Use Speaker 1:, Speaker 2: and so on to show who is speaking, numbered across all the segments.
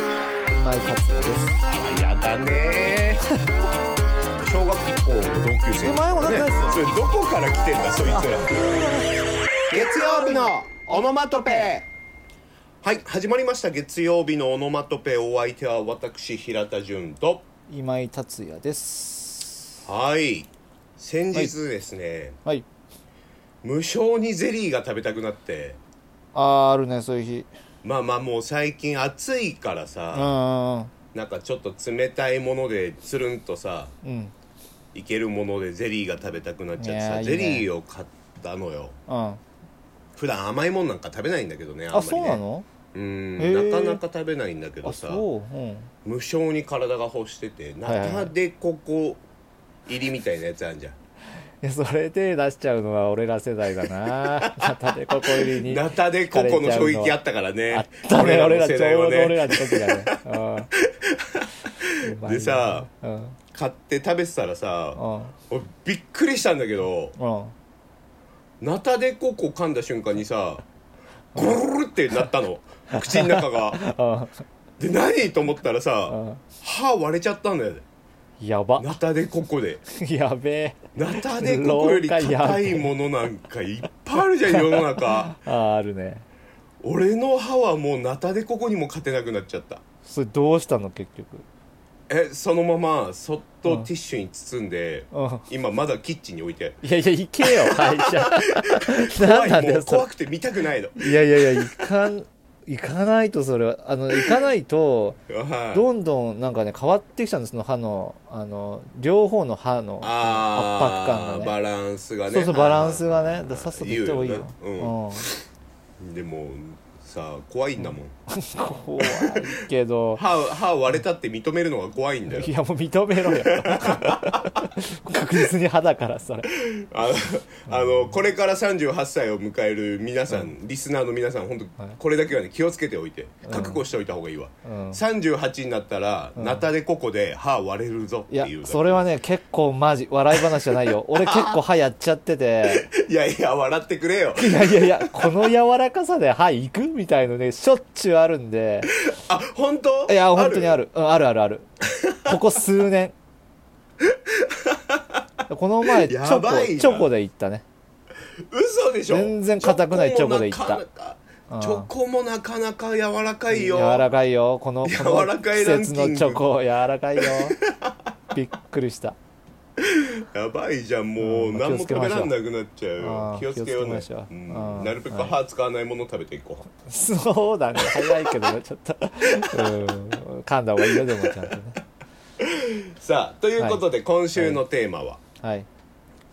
Speaker 1: 今井達也です
Speaker 2: あやだねー 小学校の同級生
Speaker 1: お前も仲良いっすよ
Speaker 2: それどこから来てんだそいつら
Speaker 1: 月曜日のオノマトペ
Speaker 2: はい始まりました月曜日のオノマトペお相手は私平田純と
Speaker 1: 今井達也です
Speaker 2: はい先日ですね、
Speaker 1: はい
Speaker 2: 無性にゼリーが食べたくなって
Speaker 1: あーあるねそういう日
Speaker 2: まあまあもう最近暑いか
Speaker 1: う
Speaker 2: ら
Speaker 1: んう
Speaker 2: さ、
Speaker 1: んうん
Speaker 2: なんかちょっと冷たいものでつるんとさ
Speaker 1: うん
Speaker 2: いけるものでゼリーが食べたくなっちゃって
Speaker 1: いや
Speaker 2: さ
Speaker 1: ー
Speaker 2: ゼ
Speaker 1: いいね
Speaker 2: リーを買ったのよ
Speaker 1: うん
Speaker 2: 普段甘いもんなんか食べないんだけどねあんま
Speaker 1: あ
Speaker 2: りね
Speaker 1: そうなの
Speaker 2: う
Speaker 1: へ
Speaker 2: ん
Speaker 1: ー
Speaker 2: なかなか食べないんだけど
Speaker 1: あ
Speaker 2: さ
Speaker 1: そううん
Speaker 2: 無性に体が欲しててナ
Speaker 1: はいはい
Speaker 2: タデココ入りみたいなやつあんじゃん、
Speaker 1: いやそれで出しちゃうのは俺ら世代だ なナタデココ入りに
Speaker 2: ナタデココの衝撃あったからね
Speaker 1: あったね俺ら
Speaker 2: の
Speaker 1: ちょ
Speaker 2: 世
Speaker 1: うど
Speaker 2: 代は
Speaker 1: 俺
Speaker 2: ね
Speaker 1: らの時だねうんうまいな
Speaker 2: でさ
Speaker 1: うんうん
Speaker 2: 買って食べてたらさ
Speaker 1: うん
Speaker 2: 俺びっくりしたんだけど
Speaker 1: うん
Speaker 2: ナタデココ噛んだ瞬間にさゴロルってなっ たの口の中がで何と思ったら
Speaker 1: う
Speaker 2: さ
Speaker 1: ん
Speaker 2: 歯割れちゃったんだよね
Speaker 1: やば
Speaker 2: ナタデココで
Speaker 1: やべえ
Speaker 2: ナタデココより硬いものなんかいっぱいあるじゃん世 の中
Speaker 1: あーあるね
Speaker 2: 俺の歯はもうナタデココにも勝てなくなっちゃった
Speaker 1: それどうしたの結局
Speaker 2: えそのままそっとティッシュに包んで、
Speaker 1: うん
Speaker 2: 今まだキッチンに置いて
Speaker 1: いやいや行けよ会社
Speaker 2: 怖
Speaker 1: なん
Speaker 2: い
Speaker 1: なんだ
Speaker 2: も
Speaker 1: よ
Speaker 2: う
Speaker 1: それ
Speaker 2: 怖くて見たくないの
Speaker 1: いやいやいや行かん行かないとそれはあの行かないと
Speaker 2: はい
Speaker 1: どんどんなんかね変わってきちゃうんですその歯のあの両方の歯の
Speaker 2: あ
Speaker 1: 圧迫感がね
Speaker 2: ーバランスがね
Speaker 1: そうそうバランスがね
Speaker 2: あー
Speaker 1: だからさっさと行った方がいいよ
Speaker 2: 言うよなうんでもさ怖いんだもん、
Speaker 1: 怖いけど
Speaker 2: 歯歯割れたって認めるのが怖いんだよ
Speaker 1: いやもう認めろよ確実に歯だからそれ
Speaker 2: あのあのこれから38歳を迎える皆さん、リスナーの皆さん本当
Speaker 1: はい
Speaker 2: これだけはね気をつけておいて覚悟しておいた方がいいわ、
Speaker 1: うん
Speaker 2: 38になったら、ナタデココで歯割れるぞって
Speaker 1: いや
Speaker 2: いう
Speaker 1: それはね結構マジ笑い話じゃないよ俺結構歯やっちゃってて
Speaker 2: いやいや笑ってくれよ
Speaker 1: いやいやいやこの柔らかさで歯いくみたいのねしょっちゅうあるんで
Speaker 2: あ本当
Speaker 1: いや本当にあ
Speaker 2: る
Speaker 1: るうんあるあるあ るここ数年この前チ
Speaker 2: や
Speaker 1: ョコ
Speaker 2: ばいな
Speaker 1: チョコで行ったね
Speaker 2: 嘘でしょ
Speaker 1: 全然硬くないチョコでいった
Speaker 2: チョコもなかなか
Speaker 1: うん
Speaker 2: チョコもなかなか柔らかい
Speaker 1: 柔
Speaker 2: よ
Speaker 1: らかいよこのこ
Speaker 2: 柔ら
Speaker 1: の
Speaker 2: かい
Speaker 1: 季
Speaker 2: ランキング
Speaker 1: 節のチョコ柔ら かいよびっくりした
Speaker 2: やばいじゃんもう
Speaker 1: うん
Speaker 2: 何も食べらんなくなっちゃ
Speaker 1: あ
Speaker 2: うよ
Speaker 1: ー
Speaker 2: 気をつけよう
Speaker 1: 気を
Speaker 2: ね
Speaker 1: つけましょう
Speaker 2: うん
Speaker 1: うん
Speaker 2: なるべく
Speaker 1: はい
Speaker 2: 歯使わないもの食べていこう
Speaker 1: そうだね早いけどねちょっとうん噛んだ方がいいよでもちゃんとね
Speaker 2: さあということで、今週のテーマは、
Speaker 1: はい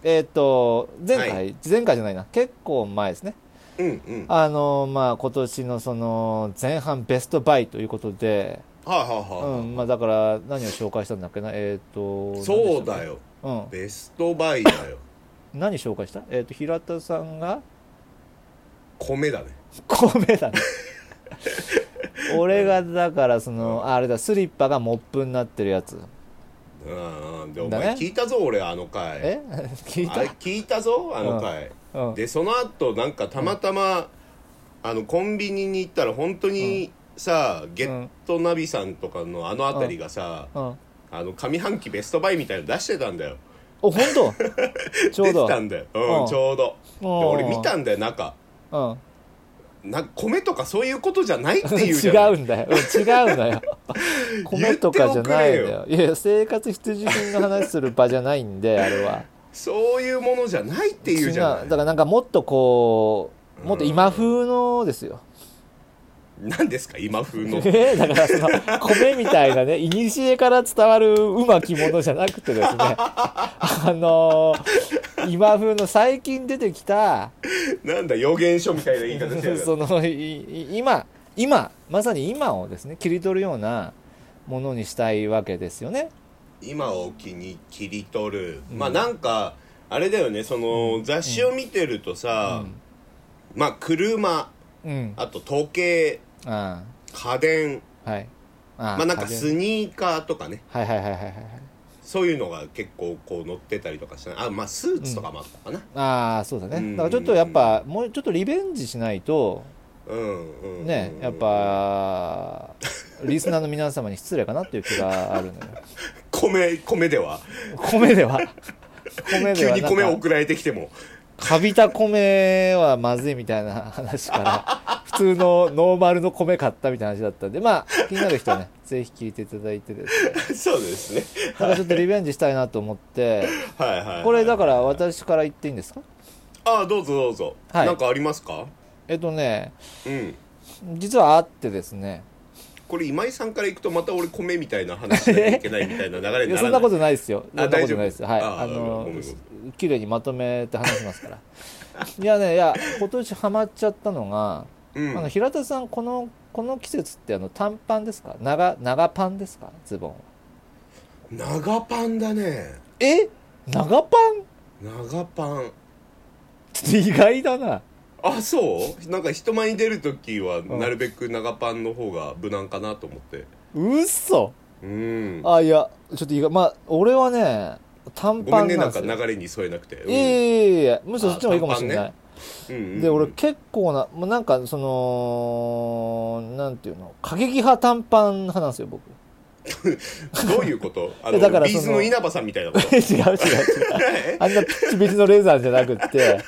Speaker 1: えっ、と前回、
Speaker 2: は
Speaker 1: 前回じゃないな結構前ですね
Speaker 2: うんうんは
Speaker 1: あのまあ今年のその前半ベストバイということで
Speaker 2: あ、はあはあ
Speaker 1: うんまあだから何を紹介したんだっけなえっ、と
Speaker 2: そうだよ
Speaker 1: 何でしたっけ
Speaker 2: ベストバイだよ
Speaker 1: うん何紹介したえっ、と平田さんが
Speaker 2: 米だね
Speaker 1: 米 だね俺がだからそのああれだスリッパがモップになってるやつ
Speaker 2: うんうんでお
Speaker 1: だ
Speaker 2: 前
Speaker 1: ね
Speaker 2: 聞いたぞ俺あの回
Speaker 1: え 聞い
Speaker 2: あ
Speaker 1: た
Speaker 2: れ聞いたぞあの回、
Speaker 1: うん
Speaker 2: でその後なんかたまたま、あのコンビニに行ったら本当にさ、ゲットナビさんとかのあの辺りがさ、
Speaker 1: うん
Speaker 2: あの上半期ベストバイみたいの出してたんだよ
Speaker 1: お本 当ちょう
Speaker 2: 出
Speaker 1: ど
Speaker 2: てたんだよ、うん
Speaker 1: うん
Speaker 2: ちょうどで
Speaker 1: うん
Speaker 2: 俺見たんだよなんか
Speaker 1: うん
Speaker 2: なんか米とかそういうことじゃないっていうじ
Speaker 1: 違
Speaker 2: ゃないう
Speaker 1: んだよ、うん違う のよ米とかじゃないんだよいや生活必需品の話する場じゃないんであれは
Speaker 2: そういうものじゃないっていうじゃ
Speaker 1: 違うだ
Speaker 2: ない
Speaker 1: からなんかもっとこうもっと今風のですよ、
Speaker 2: 何ですか今 風の
Speaker 1: えだからその米みたいなねいにしえから伝わるうまきものじゃなくて ですねあの今風の最近出てきた
Speaker 2: なんだ予言書みたいな言い方してる
Speaker 1: そのいい今今まさに今をですね切り取るようなものにしたいわけですよね。
Speaker 2: 今を気に切り取る、
Speaker 1: うん
Speaker 2: まあなんかあれだよねその雑誌を見てるとさ、まあ車
Speaker 1: うん、
Speaker 2: あと時計
Speaker 1: あ
Speaker 2: 家電
Speaker 1: あはいああ
Speaker 2: まあなんか
Speaker 1: 家電
Speaker 2: スニーカーとかね
Speaker 1: はいはいはいはいはい
Speaker 2: そういうのが結構こう載ってたりとかしてあまあスーツとかもあったかな、
Speaker 1: ああそうだね、
Speaker 2: うん
Speaker 1: だからちょっとやっぱもうちょっとリベンジしないと
Speaker 2: うんうんうん
Speaker 1: ねやっぱリスナーの皆様に失礼かなっていう気があるのよ
Speaker 2: 米米では
Speaker 1: 米では米で
Speaker 2: 急
Speaker 1: は
Speaker 2: に
Speaker 1: なん
Speaker 2: 米
Speaker 1: か
Speaker 2: 送られてきても
Speaker 1: カビた米はまずいみたいな話から普通のノーマルの米買ったみたいな話だったんでまあ気になる人は ねぜひ聞いていただいてですね
Speaker 2: そうですね
Speaker 1: なんかちょっとリベンジしたいなと思って
Speaker 2: はいはい、はい、
Speaker 1: これだから私から言っていいんですか
Speaker 2: ああどうぞどうぞ、
Speaker 1: はい
Speaker 2: なんかありますか
Speaker 1: えっとね
Speaker 2: うん
Speaker 1: 実はあってですね
Speaker 2: これ今井さんから行くとまた俺米みたいな話しなきゃいけないみたいな流れ
Speaker 1: いや
Speaker 2: にな
Speaker 1: そ
Speaker 2: ら
Speaker 1: ん
Speaker 2: な
Speaker 1: ないことないですよ
Speaker 2: あ
Speaker 1: そんなことないです
Speaker 2: 大丈夫
Speaker 1: はい
Speaker 2: あ
Speaker 1: あの
Speaker 2: ごめんご
Speaker 1: 綺麗にまとめて話しますから いやねいや今年ハマっちゃったのが、
Speaker 2: うん
Speaker 1: あの平田さんこのこの季節ってあの短パンですか長長パンですかズボンは
Speaker 2: 長パンだね
Speaker 1: え長パン
Speaker 2: 長パン
Speaker 1: ちょっと意外だな
Speaker 2: あそうなんか人前に出る時はなるべく長パンの方が無難かなと思って
Speaker 1: うそ
Speaker 2: うん
Speaker 1: あいやちょっと意外まあ俺はね短
Speaker 2: ご
Speaker 1: パ
Speaker 2: め
Speaker 1: ン
Speaker 2: んね
Speaker 1: な
Speaker 2: なんん
Speaker 1: です
Speaker 2: か
Speaker 1: よ、
Speaker 2: 流れに添えなくて、うん
Speaker 1: いやいやいやいやむしろそっちの方がいいかもしれない、
Speaker 2: あうんうん
Speaker 1: で俺結構なもうなんかそのなんていうの過激派短パン派なんですよ僕
Speaker 2: どういうことあ
Speaker 1: いや
Speaker 2: の
Speaker 1: だから
Speaker 2: ビーズ
Speaker 1: その
Speaker 2: の稲葉さんみたいなこと
Speaker 1: 違う違う違う あんなピッチピチのレーザーじゃなくって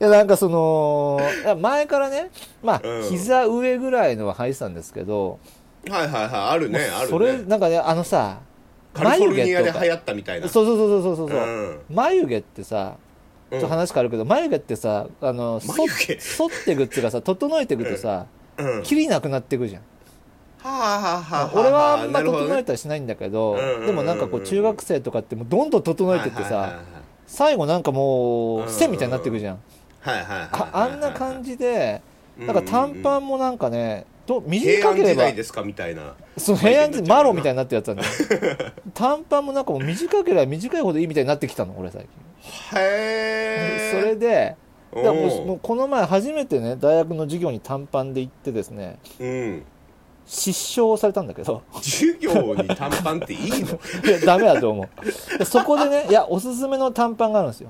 Speaker 1: いやなんかそのいや前からねまあ
Speaker 2: うん
Speaker 1: 膝上ぐらいのは履いてたんですけど、
Speaker 2: はいはいはいあるねあ
Speaker 1: それ
Speaker 2: るね
Speaker 1: なんかねあのさ
Speaker 2: カリフォルニアで
Speaker 1: か
Speaker 2: 流行ったみたいな
Speaker 1: そうそうそうそうそうそう、
Speaker 2: うん
Speaker 1: 眉毛ってさちょっと話変わるけど、眉毛ってさあのそ
Speaker 2: 眉毛
Speaker 1: 剃っていくっていうかさ整えていくとさ、
Speaker 2: うんうんは
Speaker 1: きりなくなっていくじゃん
Speaker 2: あはあはあは
Speaker 1: 俺はあんま
Speaker 2: なるほど
Speaker 1: 整え
Speaker 2: ね
Speaker 1: たりしないんだけど
Speaker 2: うんうんうんうん
Speaker 1: でもなんかこう中学生とかってもうどんどん整えてって
Speaker 2: はい
Speaker 1: さ最後なんかもう背みたいになっていくじゃん
Speaker 2: はいはいはい
Speaker 1: ああんな感じで
Speaker 2: うん
Speaker 1: なんか短パンもなんかねと
Speaker 2: 平
Speaker 1: 短
Speaker 2: 安
Speaker 1: けれ
Speaker 2: 時
Speaker 1: ば
Speaker 2: 代ですかみたいな
Speaker 1: その平安時
Speaker 2: うん
Speaker 1: マロみたいになってるやつなんだよ短パンもなんかもう短ければ短いほどいいみたいになってきたの俺最近
Speaker 2: へえ
Speaker 1: それでだからも
Speaker 2: お
Speaker 1: う
Speaker 2: う
Speaker 1: もうこの前初めてね大学の授業に短パンで行ってですね
Speaker 2: うん
Speaker 1: 失笑されたんだけど
Speaker 2: 授業に短パンっていい の
Speaker 1: いやダメだと思うでそこでねいやおすすめの短パンがあるんですよ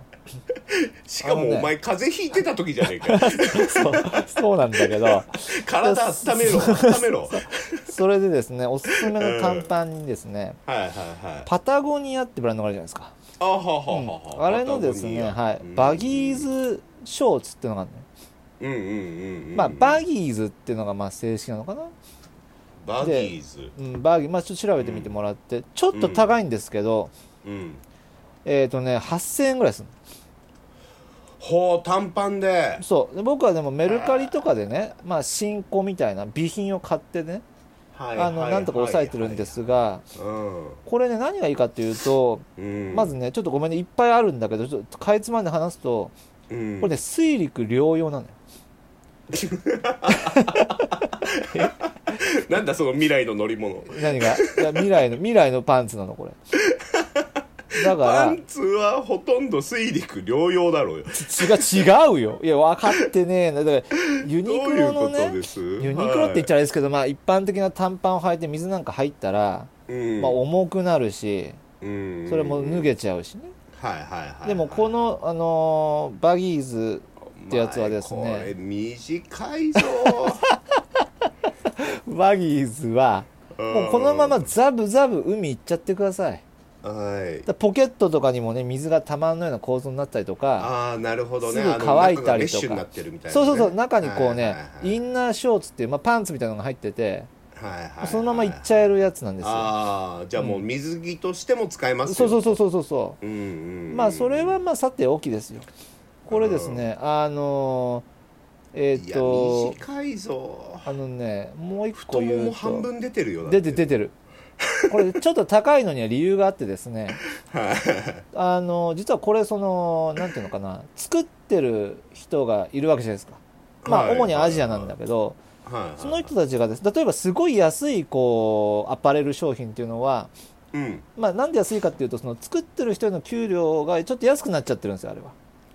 Speaker 2: しか
Speaker 1: あの
Speaker 2: も
Speaker 1: ね
Speaker 2: お前風邪ひいてた時じゃねえかよ
Speaker 1: そうそうなんだけど
Speaker 2: 体温めろ温めろ
Speaker 1: それでですねおすすめの短パンにですね
Speaker 2: はいはいはい
Speaker 1: パタゴニアってブランドがあるじゃないですか、
Speaker 2: あはは
Speaker 1: う
Speaker 2: は
Speaker 1: ん
Speaker 2: は
Speaker 1: あれのですね、はい、バギーズショーツっていうのがあるのよ、
Speaker 2: うんうんうんうん
Speaker 1: まあ、バギーズっていうのがまあ正式なのかな、
Speaker 2: バギーズ
Speaker 1: うん、バギー、まあ、ちょっと調べてみてもらって、ちょっと高いんですけど、
Speaker 2: うん
Speaker 1: えっ、とね8000円ぐらいするの
Speaker 2: ほう短パンで
Speaker 1: そうで僕はでもメルカリとかでね、まあ、新古みたいな備品を買ってね
Speaker 2: はい
Speaker 1: あのなんとか抑えてるんですが
Speaker 2: うん
Speaker 1: これね何がいいかっていうと
Speaker 2: うん
Speaker 1: まずねちょっとごめんねいっぱいあるんだけどちょっとかいつまんで話すと
Speaker 2: うん
Speaker 1: これね水陸両用なのよ
Speaker 2: なんだその未来の乗り物
Speaker 1: 何がいや未来の未来のパンツなのこれだか
Speaker 2: パ
Speaker 1: ら
Speaker 2: ンツはほとんど水陸両用だろうよ
Speaker 1: ちが違うよいや分かってねえなだからユニ
Speaker 2: どう
Speaker 1: ク
Speaker 2: いう
Speaker 1: ロ
Speaker 2: こ
Speaker 1: の
Speaker 2: と
Speaker 1: ね
Speaker 2: です
Speaker 1: ユニクロって言っちゃあれですけど、まあ一般的な短パンを履いて水なんか入ったら、
Speaker 2: うん
Speaker 1: まあ重くなるし
Speaker 2: うん
Speaker 1: それも脱げちゃうしね、
Speaker 2: はいはいはい
Speaker 1: でもこの、あのーバギーズってやつはですね
Speaker 2: お前これ短いぞ
Speaker 1: バギーズは もうこのままザブザブ海行っちゃってください
Speaker 2: はい
Speaker 1: だポケットとかにもね水がたまんのような構造になったりとか
Speaker 2: ああなるほどね
Speaker 1: すぐ乾いたりとか
Speaker 2: あの中がメッシュになってるみたいなね、
Speaker 1: そうそうそう中にこう
Speaker 2: はい
Speaker 1: ね
Speaker 2: はいはい
Speaker 1: インナーショーツっていう、まあ、パンツみたいなのが入ってて
Speaker 2: はいはいはい
Speaker 1: そのまま行っちゃえるやつなんですよ
Speaker 2: ああじゃあもう水着としても使えます
Speaker 1: そう
Speaker 2: よ
Speaker 1: そうそうそうそうそう
Speaker 2: うんうん、うん、
Speaker 1: まあそれはまあさておきですよこれですねあのーえっ、
Speaker 2: いや
Speaker 1: と
Speaker 2: 短いぞ
Speaker 1: あのねもう一
Speaker 2: 太
Speaker 1: 個
Speaker 2: も
Speaker 1: 言
Speaker 2: も
Speaker 1: う
Speaker 2: 半
Speaker 1: と
Speaker 2: 分出てるよだっ
Speaker 1: 出て出てるこれちょっと高いのには理由があってですねあの実はこれそのなんていうのかな作ってる人がいるわけじゃないですかまあ
Speaker 2: はい
Speaker 1: 主にアジアなんだけど
Speaker 2: はいはい
Speaker 1: その人たちがです例えばすごい安いこうアパレル商品っていうのは
Speaker 2: うん
Speaker 1: まあなんで安いかっていうとその作ってる人への給料がちょっと安くなっちゃってるんですよあれは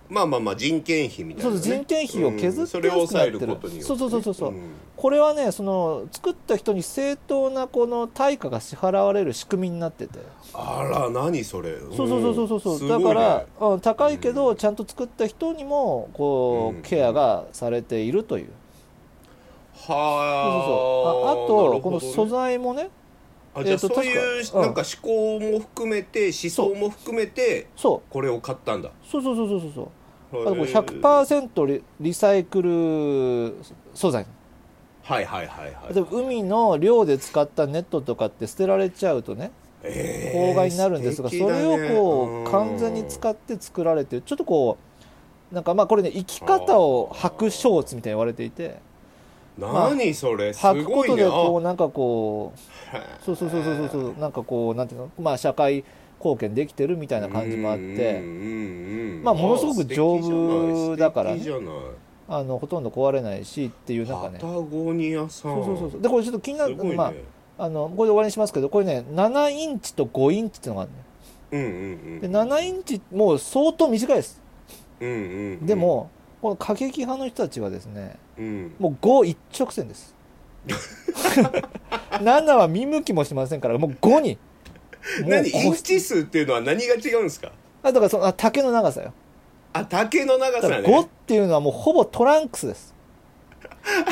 Speaker 2: まあまあまあ人件費みたい
Speaker 1: そ
Speaker 2: な、
Speaker 1: う
Speaker 2: ね、
Speaker 1: そう人件費を削
Speaker 2: う
Speaker 1: っ
Speaker 2: んそ
Speaker 1: て
Speaker 2: れを
Speaker 1: 安く
Speaker 2: 抑
Speaker 1: なっ
Speaker 2: え
Speaker 1: て
Speaker 2: る
Speaker 1: る
Speaker 2: ことによってね
Speaker 1: そうそうそうそうそうんこれはねその作った人に正当なこの対価が支払われる仕組みになってて
Speaker 2: あら何それ
Speaker 1: そうそうそうそうそうそう、
Speaker 2: ん
Speaker 1: だ
Speaker 2: すご
Speaker 1: か
Speaker 2: いね
Speaker 1: ら、うん、高いけどちゃんと作った人にもこう、
Speaker 2: うん
Speaker 1: ケアがされているという、
Speaker 2: はあ
Speaker 1: そああと、この素材もね
Speaker 2: あじゃあ
Speaker 1: えーと
Speaker 2: そういう
Speaker 1: 確か
Speaker 2: な
Speaker 1: うん
Speaker 2: んか思考も含めて思想も含めて
Speaker 1: そ
Speaker 2: これを買ったんだ
Speaker 1: うそうそうそうそうそうそうあ
Speaker 2: あ
Speaker 1: とこれ100%リリサイクル素材
Speaker 2: はいはいはいはい
Speaker 1: 例えば海の漁で使ったネットとかって捨てられちゃうとね
Speaker 2: えー
Speaker 1: 公害になるんですが、
Speaker 2: 素敵
Speaker 1: そ
Speaker 2: だね
Speaker 1: れをこ
Speaker 2: う
Speaker 1: うん完全に使って作られてるちょっとこうなんかまあこれね生き方を白ショーツみたいに言われていて
Speaker 2: 何それす
Speaker 1: 履くこ
Speaker 2: ごい
Speaker 1: と
Speaker 2: ね
Speaker 1: でこう
Speaker 2: あ
Speaker 1: なんかこうそうそうそうそうそうそうなんかこうなんていうのまあ社会貢献できてるみたいな感じもあっ
Speaker 2: うん
Speaker 1: て
Speaker 2: うんうん
Speaker 1: まあものすごく丈夫だからね
Speaker 2: 素敵じゃない素
Speaker 1: あのほとんど壊れないしっていう
Speaker 2: 敵じゃ
Speaker 1: なん
Speaker 2: な
Speaker 1: か
Speaker 2: い
Speaker 1: ね
Speaker 2: パタゴニアさん
Speaker 1: そうそうそうそうでこれちょっと気にな
Speaker 2: す
Speaker 1: る
Speaker 2: ごいね、
Speaker 1: まああのこれで終わりにしますけどこれね7インチと5インチっていうのがあるのよ
Speaker 2: うんうんうん
Speaker 1: で7インチもう相当短いです
Speaker 2: うんうんうん
Speaker 1: で、もこの過激派の人たちはですね
Speaker 2: うん、
Speaker 1: もう5一直線です 7は見向きもしませんからもう5にもう
Speaker 2: 何イン
Speaker 1: こ
Speaker 2: チ数っていうのは何が違うんですか
Speaker 1: あだからそのあ竹の長さよ
Speaker 2: あ竹の長
Speaker 1: だ
Speaker 2: さ
Speaker 1: から
Speaker 2: ね
Speaker 1: 5っていうのはもうほぼトランクス です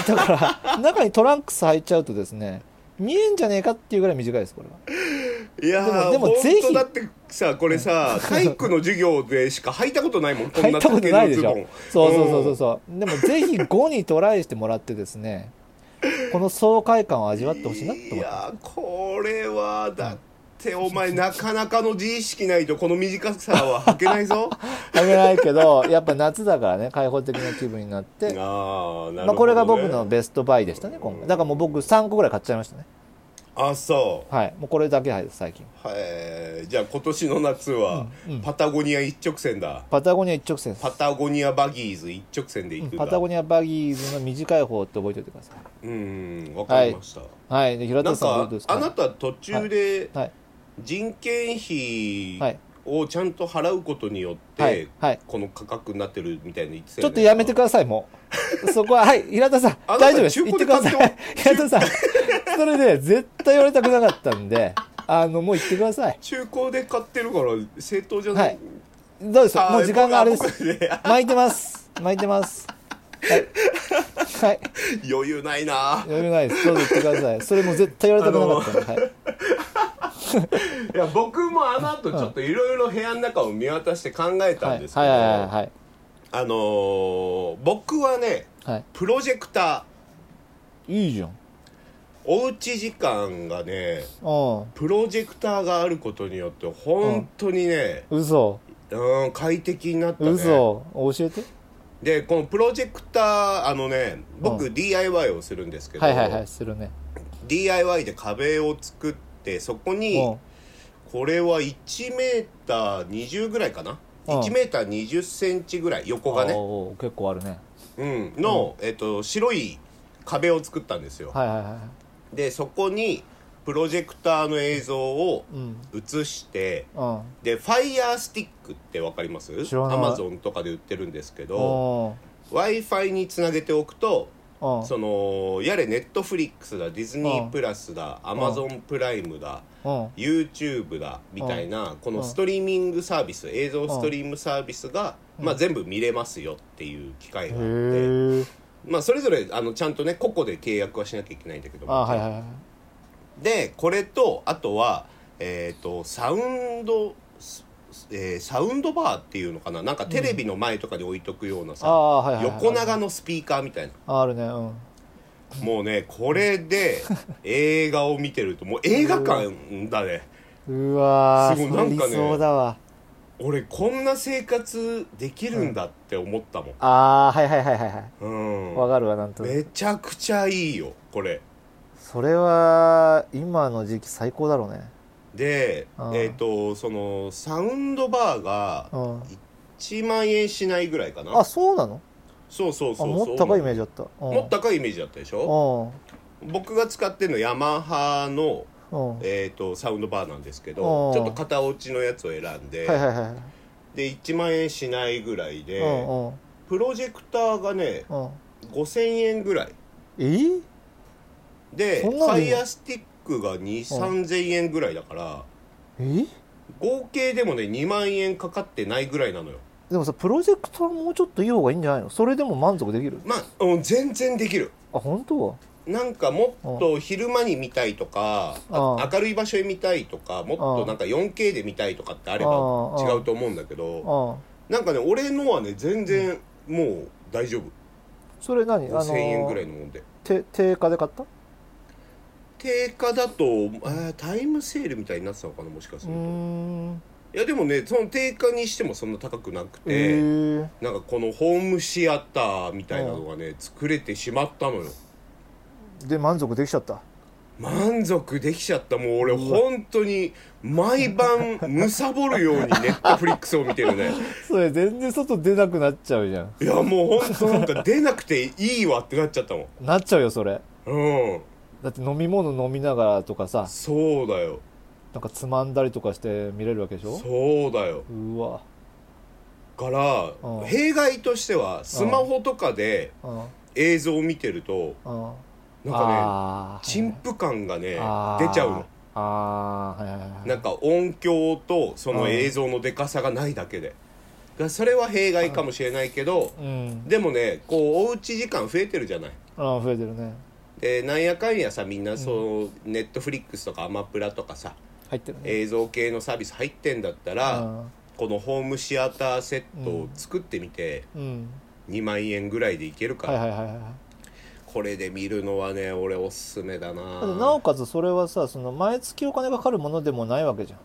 Speaker 1: だから中にトランクス履いちゃうとですね見えんじゃねえかっていうぐらい短いですこれはい
Speaker 2: やー
Speaker 1: でもでもぜひ
Speaker 2: 本当だってさこれさ体育の授業でしか履いたことな いもんこん
Speaker 1: 履
Speaker 2: ない
Speaker 1: たこと
Speaker 2: 竹
Speaker 1: ない
Speaker 2: の
Speaker 1: で
Speaker 2: ズ
Speaker 1: し
Speaker 2: ボ
Speaker 1: ょ
Speaker 2: ン
Speaker 1: そうそうそうそうそうでもぜひ5にトライしてもらってですねこの爽快感を味わってほしいなって
Speaker 2: い
Speaker 1: 思った
Speaker 2: やーこれはだってお前なかなかの自意識ないとこの短さは履けないぞ
Speaker 1: あげないけどやっぱ夏だからね開放的な気分になって
Speaker 2: ああなるほど、ね
Speaker 1: まあ、これが僕のベストバイでしたね今回だからもう僕3個ぐらい買っちゃいましたね
Speaker 2: あそ
Speaker 1: はいもうこれだけです最近
Speaker 2: うはいじゃあ今年の夏は
Speaker 1: うんうん
Speaker 2: パタゴニア一直線だ
Speaker 1: パタゴニア一直線です
Speaker 2: パタゴニアバギーズ一直線で行くんだ
Speaker 1: パタゴニアバギーズの短い方って覚えておいてください
Speaker 2: うんわかりました、
Speaker 1: はいで平
Speaker 2: な
Speaker 1: 田
Speaker 2: ん
Speaker 1: さんど
Speaker 2: か
Speaker 1: うですか
Speaker 2: あなた途中で
Speaker 1: はい
Speaker 2: 人件
Speaker 1: は
Speaker 2: 費
Speaker 1: い
Speaker 2: をちゃんと払うことによっ
Speaker 1: はい
Speaker 2: て
Speaker 1: はい
Speaker 2: この価格になってるみたいな言ってた
Speaker 1: ちょ
Speaker 2: よ
Speaker 1: っ
Speaker 2: ね
Speaker 1: とやめてくださいも うそこははい平田さん
Speaker 2: あなた
Speaker 1: 大丈夫です
Speaker 2: 中
Speaker 1: 言っ
Speaker 2: 古
Speaker 1: て
Speaker 2: で
Speaker 1: くださ
Speaker 2: 買っ
Speaker 1: い 平田さんそれで絶対言われたくなかったんであのもう言ってください
Speaker 2: 中古で買ってるから正当じゃない、
Speaker 1: はいどうですもう時間があれです
Speaker 2: す
Speaker 1: 巻いてます巻いてますはい、はい
Speaker 2: 余裕ないな
Speaker 1: やめないです。どうぞ言ってください。それも絶対言われたくなかったんで、はい。
Speaker 2: いや僕もあの後ちょっといろいろ部屋の中を見渡して考えた
Speaker 1: は
Speaker 2: ん
Speaker 1: い
Speaker 2: ですけど、
Speaker 1: はいはいはい
Speaker 2: あのー僕はね
Speaker 1: はい。
Speaker 2: プロジェクタ
Speaker 1: いいじゃん。うん。
Speaker 2: ーおうち時間がね
Speaker 1: 嘘。
Speaker 2: プロジェクターがあることによって本当にね、
Speaker 1: 嘘。
Speaker 2: うん、快適になったね
Speaker 1: 教えて。
Speaker 2: でこのプロジェクターあのね僕 DIY をするんですけど、
Speaker 1: はいはいはい、するね。
Speaker 2: DIY で壁を作ってそこ
Speaker 1: う
Speaker 2: に
Speaker 1: ん。
Speaker 2: これは1メーター20ぐらいかな、
Speaker 1: うん
Speaker 2: 1メーター20センチぐらい横がね、
Speaker 1: おー結構あるね。
Speaker 2: うん、の、えっと白い壁を作ったんですよ、
Speaker 1: はいはいは
Speaker 2: でそこにプロジェクターの映像を
Speaker 1: い。うん。
Speaker 2: 映して
Speaker 1: うん。
Speaker 2: でファイヤースティックってわかります
Speaker 1: 知らない
Speaker 2: Amazon とかで売ってるんですけど
Speaker 1: お
Speaker 2: w i f i につなげておくと
Speaker 1: ーうん。
Speaker 2: そのやれネットフリックスだディズニ
Speaker 1: う
Speaker 2: ー
Speaker 1: ん
Speaker 2: プラスだアマゾンプライムだ
Speaker 1: うん。
Speaker 2: YouTube だみたいなこのストリーミングサービス映像ストリームサービスが
Speaker 1: うん
Speaker 2: まあ全部見れますよっていう機会
Speaker 1: へ
Speaker 2: があって
Speaker 1: ー。
Speaker 2: まあそれぞれあのちゃんとね個々で契約はしなきゃいけないんだけど
Speaker 1: あ、はいはいはい。
Speaker 2: でこれとあとはえっとサウンドスえーサウンドバーっていうのかななんかテレビの前とかに置いとくような
Speaker 1: あ
Speaker 2: さ
Speaker 1: あ、はいはいはい。
Speaker 2: 横長のスピーカーみたいな
Speaker 1: あるね。うん。
Speaker 2: もうねこ れで映画を見てるともう映画館だね
Speaker 1: うわー、
Speaker 2: すごい
Speaker 1: それ
Speaker 2: なんかね
Speaker 1: 理想だわ。
Speaker 2: 俺こんな生活できるんだって思ったもん
Speaker 1: ああ、はいはいはいはいはい。
Speaker 2: うん、
Speaker 1: わかるわ、なんとなく。
Speaker 2: めちゃくちゃいいよこれ
Speaker 1: それは、今の時期最高だろうね。
Speaker 2: で
Speaker 1: あー
Speaker 2: えっ、とそのサウンドバーが
Speaker 1: うん。
Speaker 2: 1万円しないぐらいかな
Speaker 1: あ、そうなの
Speaker 2: そうそう
Speaker 1: あ
Speaker 2: そう
Speaker 1: もっ
Speaker 2: そう
Speaker 1: と高いイメージだった。うん
Speaker 2: もっと高いイメージだったでしょ僕が使ってるのヤマハの、
Speaker 1: うん。うん。はい
Speaker 2: えー、とサウンドバーなんですけど
Speaker 1: あー
Speaker 2: ちょっと片落ちのやつを選んで、
Speaker 1: はいはい。
Speaker 2: で1万円しないぐらいで、
Speaker 1: うんうん
Speaker 2: プロジェクターがね
Speaker 1: うん。
Speaker 2: 5000円ぐらい
Speaker 1: え
Speaker 2: で
Speaker 1: そん
Speaker 2: フ
Speaker 1: なの
Speaker 2: ァイヤースティックが2 3 0 0 0円ぐらいだから
Speaker 1: え
Speaker 2: 合計でもね2万円かかってないぐらいなのよ
Speaker 1: でもさ、プロジェクターもうちょっといい方がいいんじゃないのそれでも満足できる
Speaker 2: まあ、うん、全然できる
Speaker 1: あ、本当
Speaker 2: なんかもっと昼間に見たいとかあ明るい場所へ見たいとかもっとなんか 4K で見たいとかってあれば
Speaker 1: うん
Speaker 2: 違うと思うんだけど
Speaker 1: ああ
Speaker 2: なんかね俺のはね全然もう大丈夫
Speaker 1: それ何あの
Speaker 2: 5000円ぐらいのもんで
Speaker 1: て定価で買った
Speaker 2: 定価だとあータイムセールみたいになってたのかなもしかす
Speaker 1: うー
Speaker 2: ると
Speaker 1: ん
Speaker 2: いやでもねその定価にしてもそんな高くなく
Speaker 1: え
Speaker 2: て
Speaker 1: ー
Speaker 2: なんかこのホームシアターみたいなのがね作れてしまったのよ
Speaker 1: で満足できちゃった
Speaker 2: 満足できちゃったもう俺本当に毎晩むさぼるようにネットフリックスを見てるね
Speaker 1: それ全然外出なくなっちゃうじゃん
Speaker 2: いやもう本当なんか出なくていいわってなっちゃったもん
Speaker 1: なっちゃうよそれ
Speaker 2: うん
Speaker 1: だって飲み物飲みながらとかさ
Speaker 2: そうだよ
Speaker 1: なんかつまんだりとかして見れるわけでしょ
Speaker 2: そうだよ
Speaker 1: うわ
Speaker 2: から
Speaker 1: うん
Speaker 2: 弊害としてはスマホとかで
Speaker 1: うんうん
Speaker 2: 映像を見てると
Speaker 1: あ
Speaker 2: なんかね
Speaker 1: あー
Speaker 2: 陳腐感がね出ち
Speaker 1: あ
Speaker 2: ゃ
Speaker 1: ー
Speaker 2: うの
Speaker 1: ああはいはいはい
Speaker 2: なんか音響とそ
Speaker 1: うん
Speaker 2: の映像のでかさがないだけでだからそれは弊害かもしれないけど
Speaker 1: うん
Speaker 2: でもねこうおうち時間増えてるじゃない
Speaker 1: ああ増えてるね
Speaker 2: でなんやかんやさみんなそう、ネットフリックスとかアマプラとかさ
Speaker 1: 入ってるね
Speaker 2: 映像系のサービス入ってんだったら、
Speaker 1: うん
Speaker 2: このホームシアターセットを作ってみて、
Speaker 1: うん
Speaker 2: 2万円ぐらいでいけるから、
Speaker 1: はいはいはいはいはい
Speaker 2: これで見るのはね俺おすすめだな
Speaker 1: だってなおかつそれはさその毎月お金がかかるものでもないわけじゃん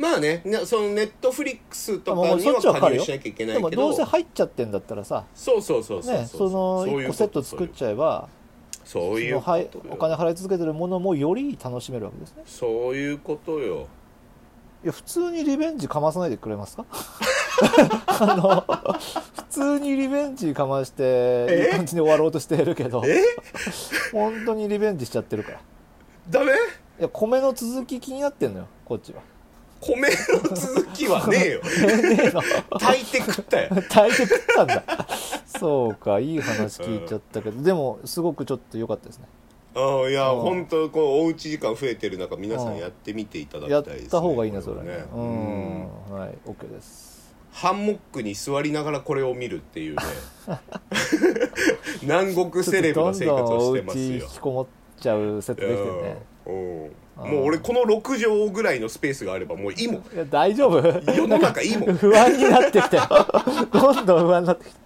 Speaker 2: まあねなそのネットフリックスと
Speaker 1: まあ
Speaker 2: か
Speaker 1: まあ
Speaker 2: に
Speaker 1: そっ
Speaker 2: は
Speaker 1: ちはわか
Speaker 2: 加
Speaker 1: る
Speaker 2: 入
Speaker 1: よ
Speaker 2: しなきゃいけな
Speaker 1: で
Speaker 2: い
Speaker 1: も
Speaker 2: け
Speaker 1: ど
Speaker 2: ど
Speaker 1: うせ入っちゃってんだったらさ
Speaker 2: そうそうそうそう
Speaker 1: ねその1個セット作っちゃえば
Speaker 2: そうい
Speaker 1: そ
Speaker 2: う
Speaker 1: のはい
Speaker 2: こと
Speaker 1: お
Speaker 2: よ
Speaker 1: 金払い続けてるものもより楽しめるわけですね
Speaker 2: そういうことよ
Speaker 1: いや普通にリベンジかまさないでくれますか あの普通にリベンジかまして
Speaker 2: え
Speaker 1: いい感じに終わろうとしてるけど
Speaker 2: え
Speaker 1: 本当にリベンジしちゃってるからい
Speaker 2: ダメ
Speaker 1: や米の続き気になってんのよこっちは
Speaker 2: 米の続きはねえよ
Speaker 1: ねえの
Speaker 2: 炊いて食ったよ
Speaker 1: 炊いて食ったんだ そうかいい話聞いちゃったけどでもすごくちょっと良かったですね
Speaker 2: うんいや、
Speaker 1: うん
Speaker 2: 本当こうおうち時間増えてる中皆さんやってみていただきた
Speaker 1: や
Speaker 2: い
Speaker 1: っ
Speaker 2: です、ね、
Speaker 1: た方がいいなそれ
Speaker 2: こ
Speaker 1: ね
Speaker 2: は
Speaker 1: う
Speaker 2: うん
Speaker 1: んはい OK です
Speaker 2: ハンモックに座りながらこれを見るっ ていうね南国セレブの生活をしてま
Speaker 1: ちょっとどんどんお家
Speaker 2: すよ
Speaker 1: 引きこもっちゃうセットできてるね
Speaker 2: うん
Speaker 1: あー
Speaker 2: もう俺この6畳ぐらいのスペースがあればもういいもん
Speaker 1: いや大丈夫
Speaker 2: 世の中いいもん
Speaker 1: 不安になってきたよどんどん不安になってきた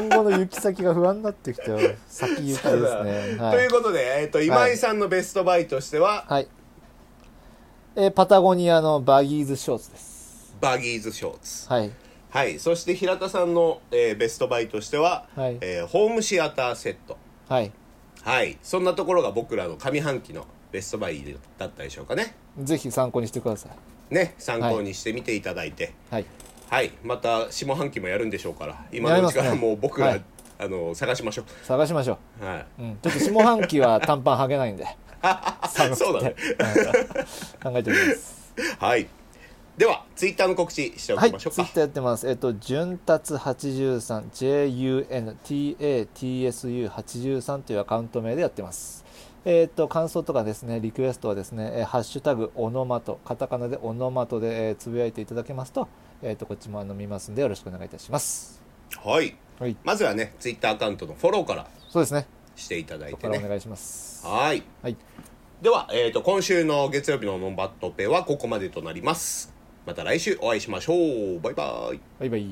Speaker 1: 今後の行き先が不安になってきたよ先行きで すね
Speaker 2: そうだ
Speaker 1: は
Speaker 2: とい、
Speaker 1: いう
Speaker 2: ことで、えー、と今井さんのベストバイとしては、
Speaker 1: はいえーパタゴニアのバギーズショーツです
Speaker 2: バギーズショーツ
Speaker 1: はい
Speaker 2: はいそして平田さんの、えーベストバイとしては、
Speaker 1: はい
Speaker 2: えーホームシアターセット
Speaker 1: はい
Speaker 2: はいそんなところが僕らの上半期のベストバイだったでしょうかね
Speaker 1: ぜひ参考にしてください
Speaker 2: ね参考にしてみていただいて
Speaker 1: はい
Speaker 2: はい、また下半期もやるんでしょうから今
Speaker 1: やり
Speaker 2: の
Speaker 1: ま
Speaker 2: うち
Speaker 1: すね
Speaker 2: からもう僕ら、
Speaker 1: はい
Speaker 2: あの探しましょ
Speaker 1: 探しましょ
Speaker 2: う、 はい、
Speaker 1: う、うん、ちょっと下半期は短パン履けないんで
Speaker 2: あそうだね
Speaker 1: 考えておき ます
Speaker 2: はいではツイッターの告知してお
Speaker 1: は
Speaker 2: き
Speaker 1: い
Speaker 2: まし
Speaker 1: ツ
Speaker 2: ょ
Speaker 1: イ
Speaker 2: うか、
Speaker 1: ッターやってますえっと潤達 83juntatsu83 というアカウント名でやってますえっと感想とかですねリクエストはですねえー「ハッシュタグオノマト」カタカナでオノマトでえーつぶやいていただけますと,、えっとこっちもあの見ますんでよろしくお願いいたします
Speaker 2: はい
Speaker 1: はい
Speaker 2: まずはねツイッターアカウントのフォローから
Speaker 1: そうですね
Speaker 2: していただい
Speaker 1: そこ
Speaker 2: て
Speaker 1: からお
Speaker 2: ね
Speaker 1: 願いします
Speaker 2: はい
Speaker 1: はい
Speaker 2: では、えー、と今週の月曜日のノンバットペはここまでとなりますまた来週お会いしましょうバイバイ
Speaker 1: バイバイ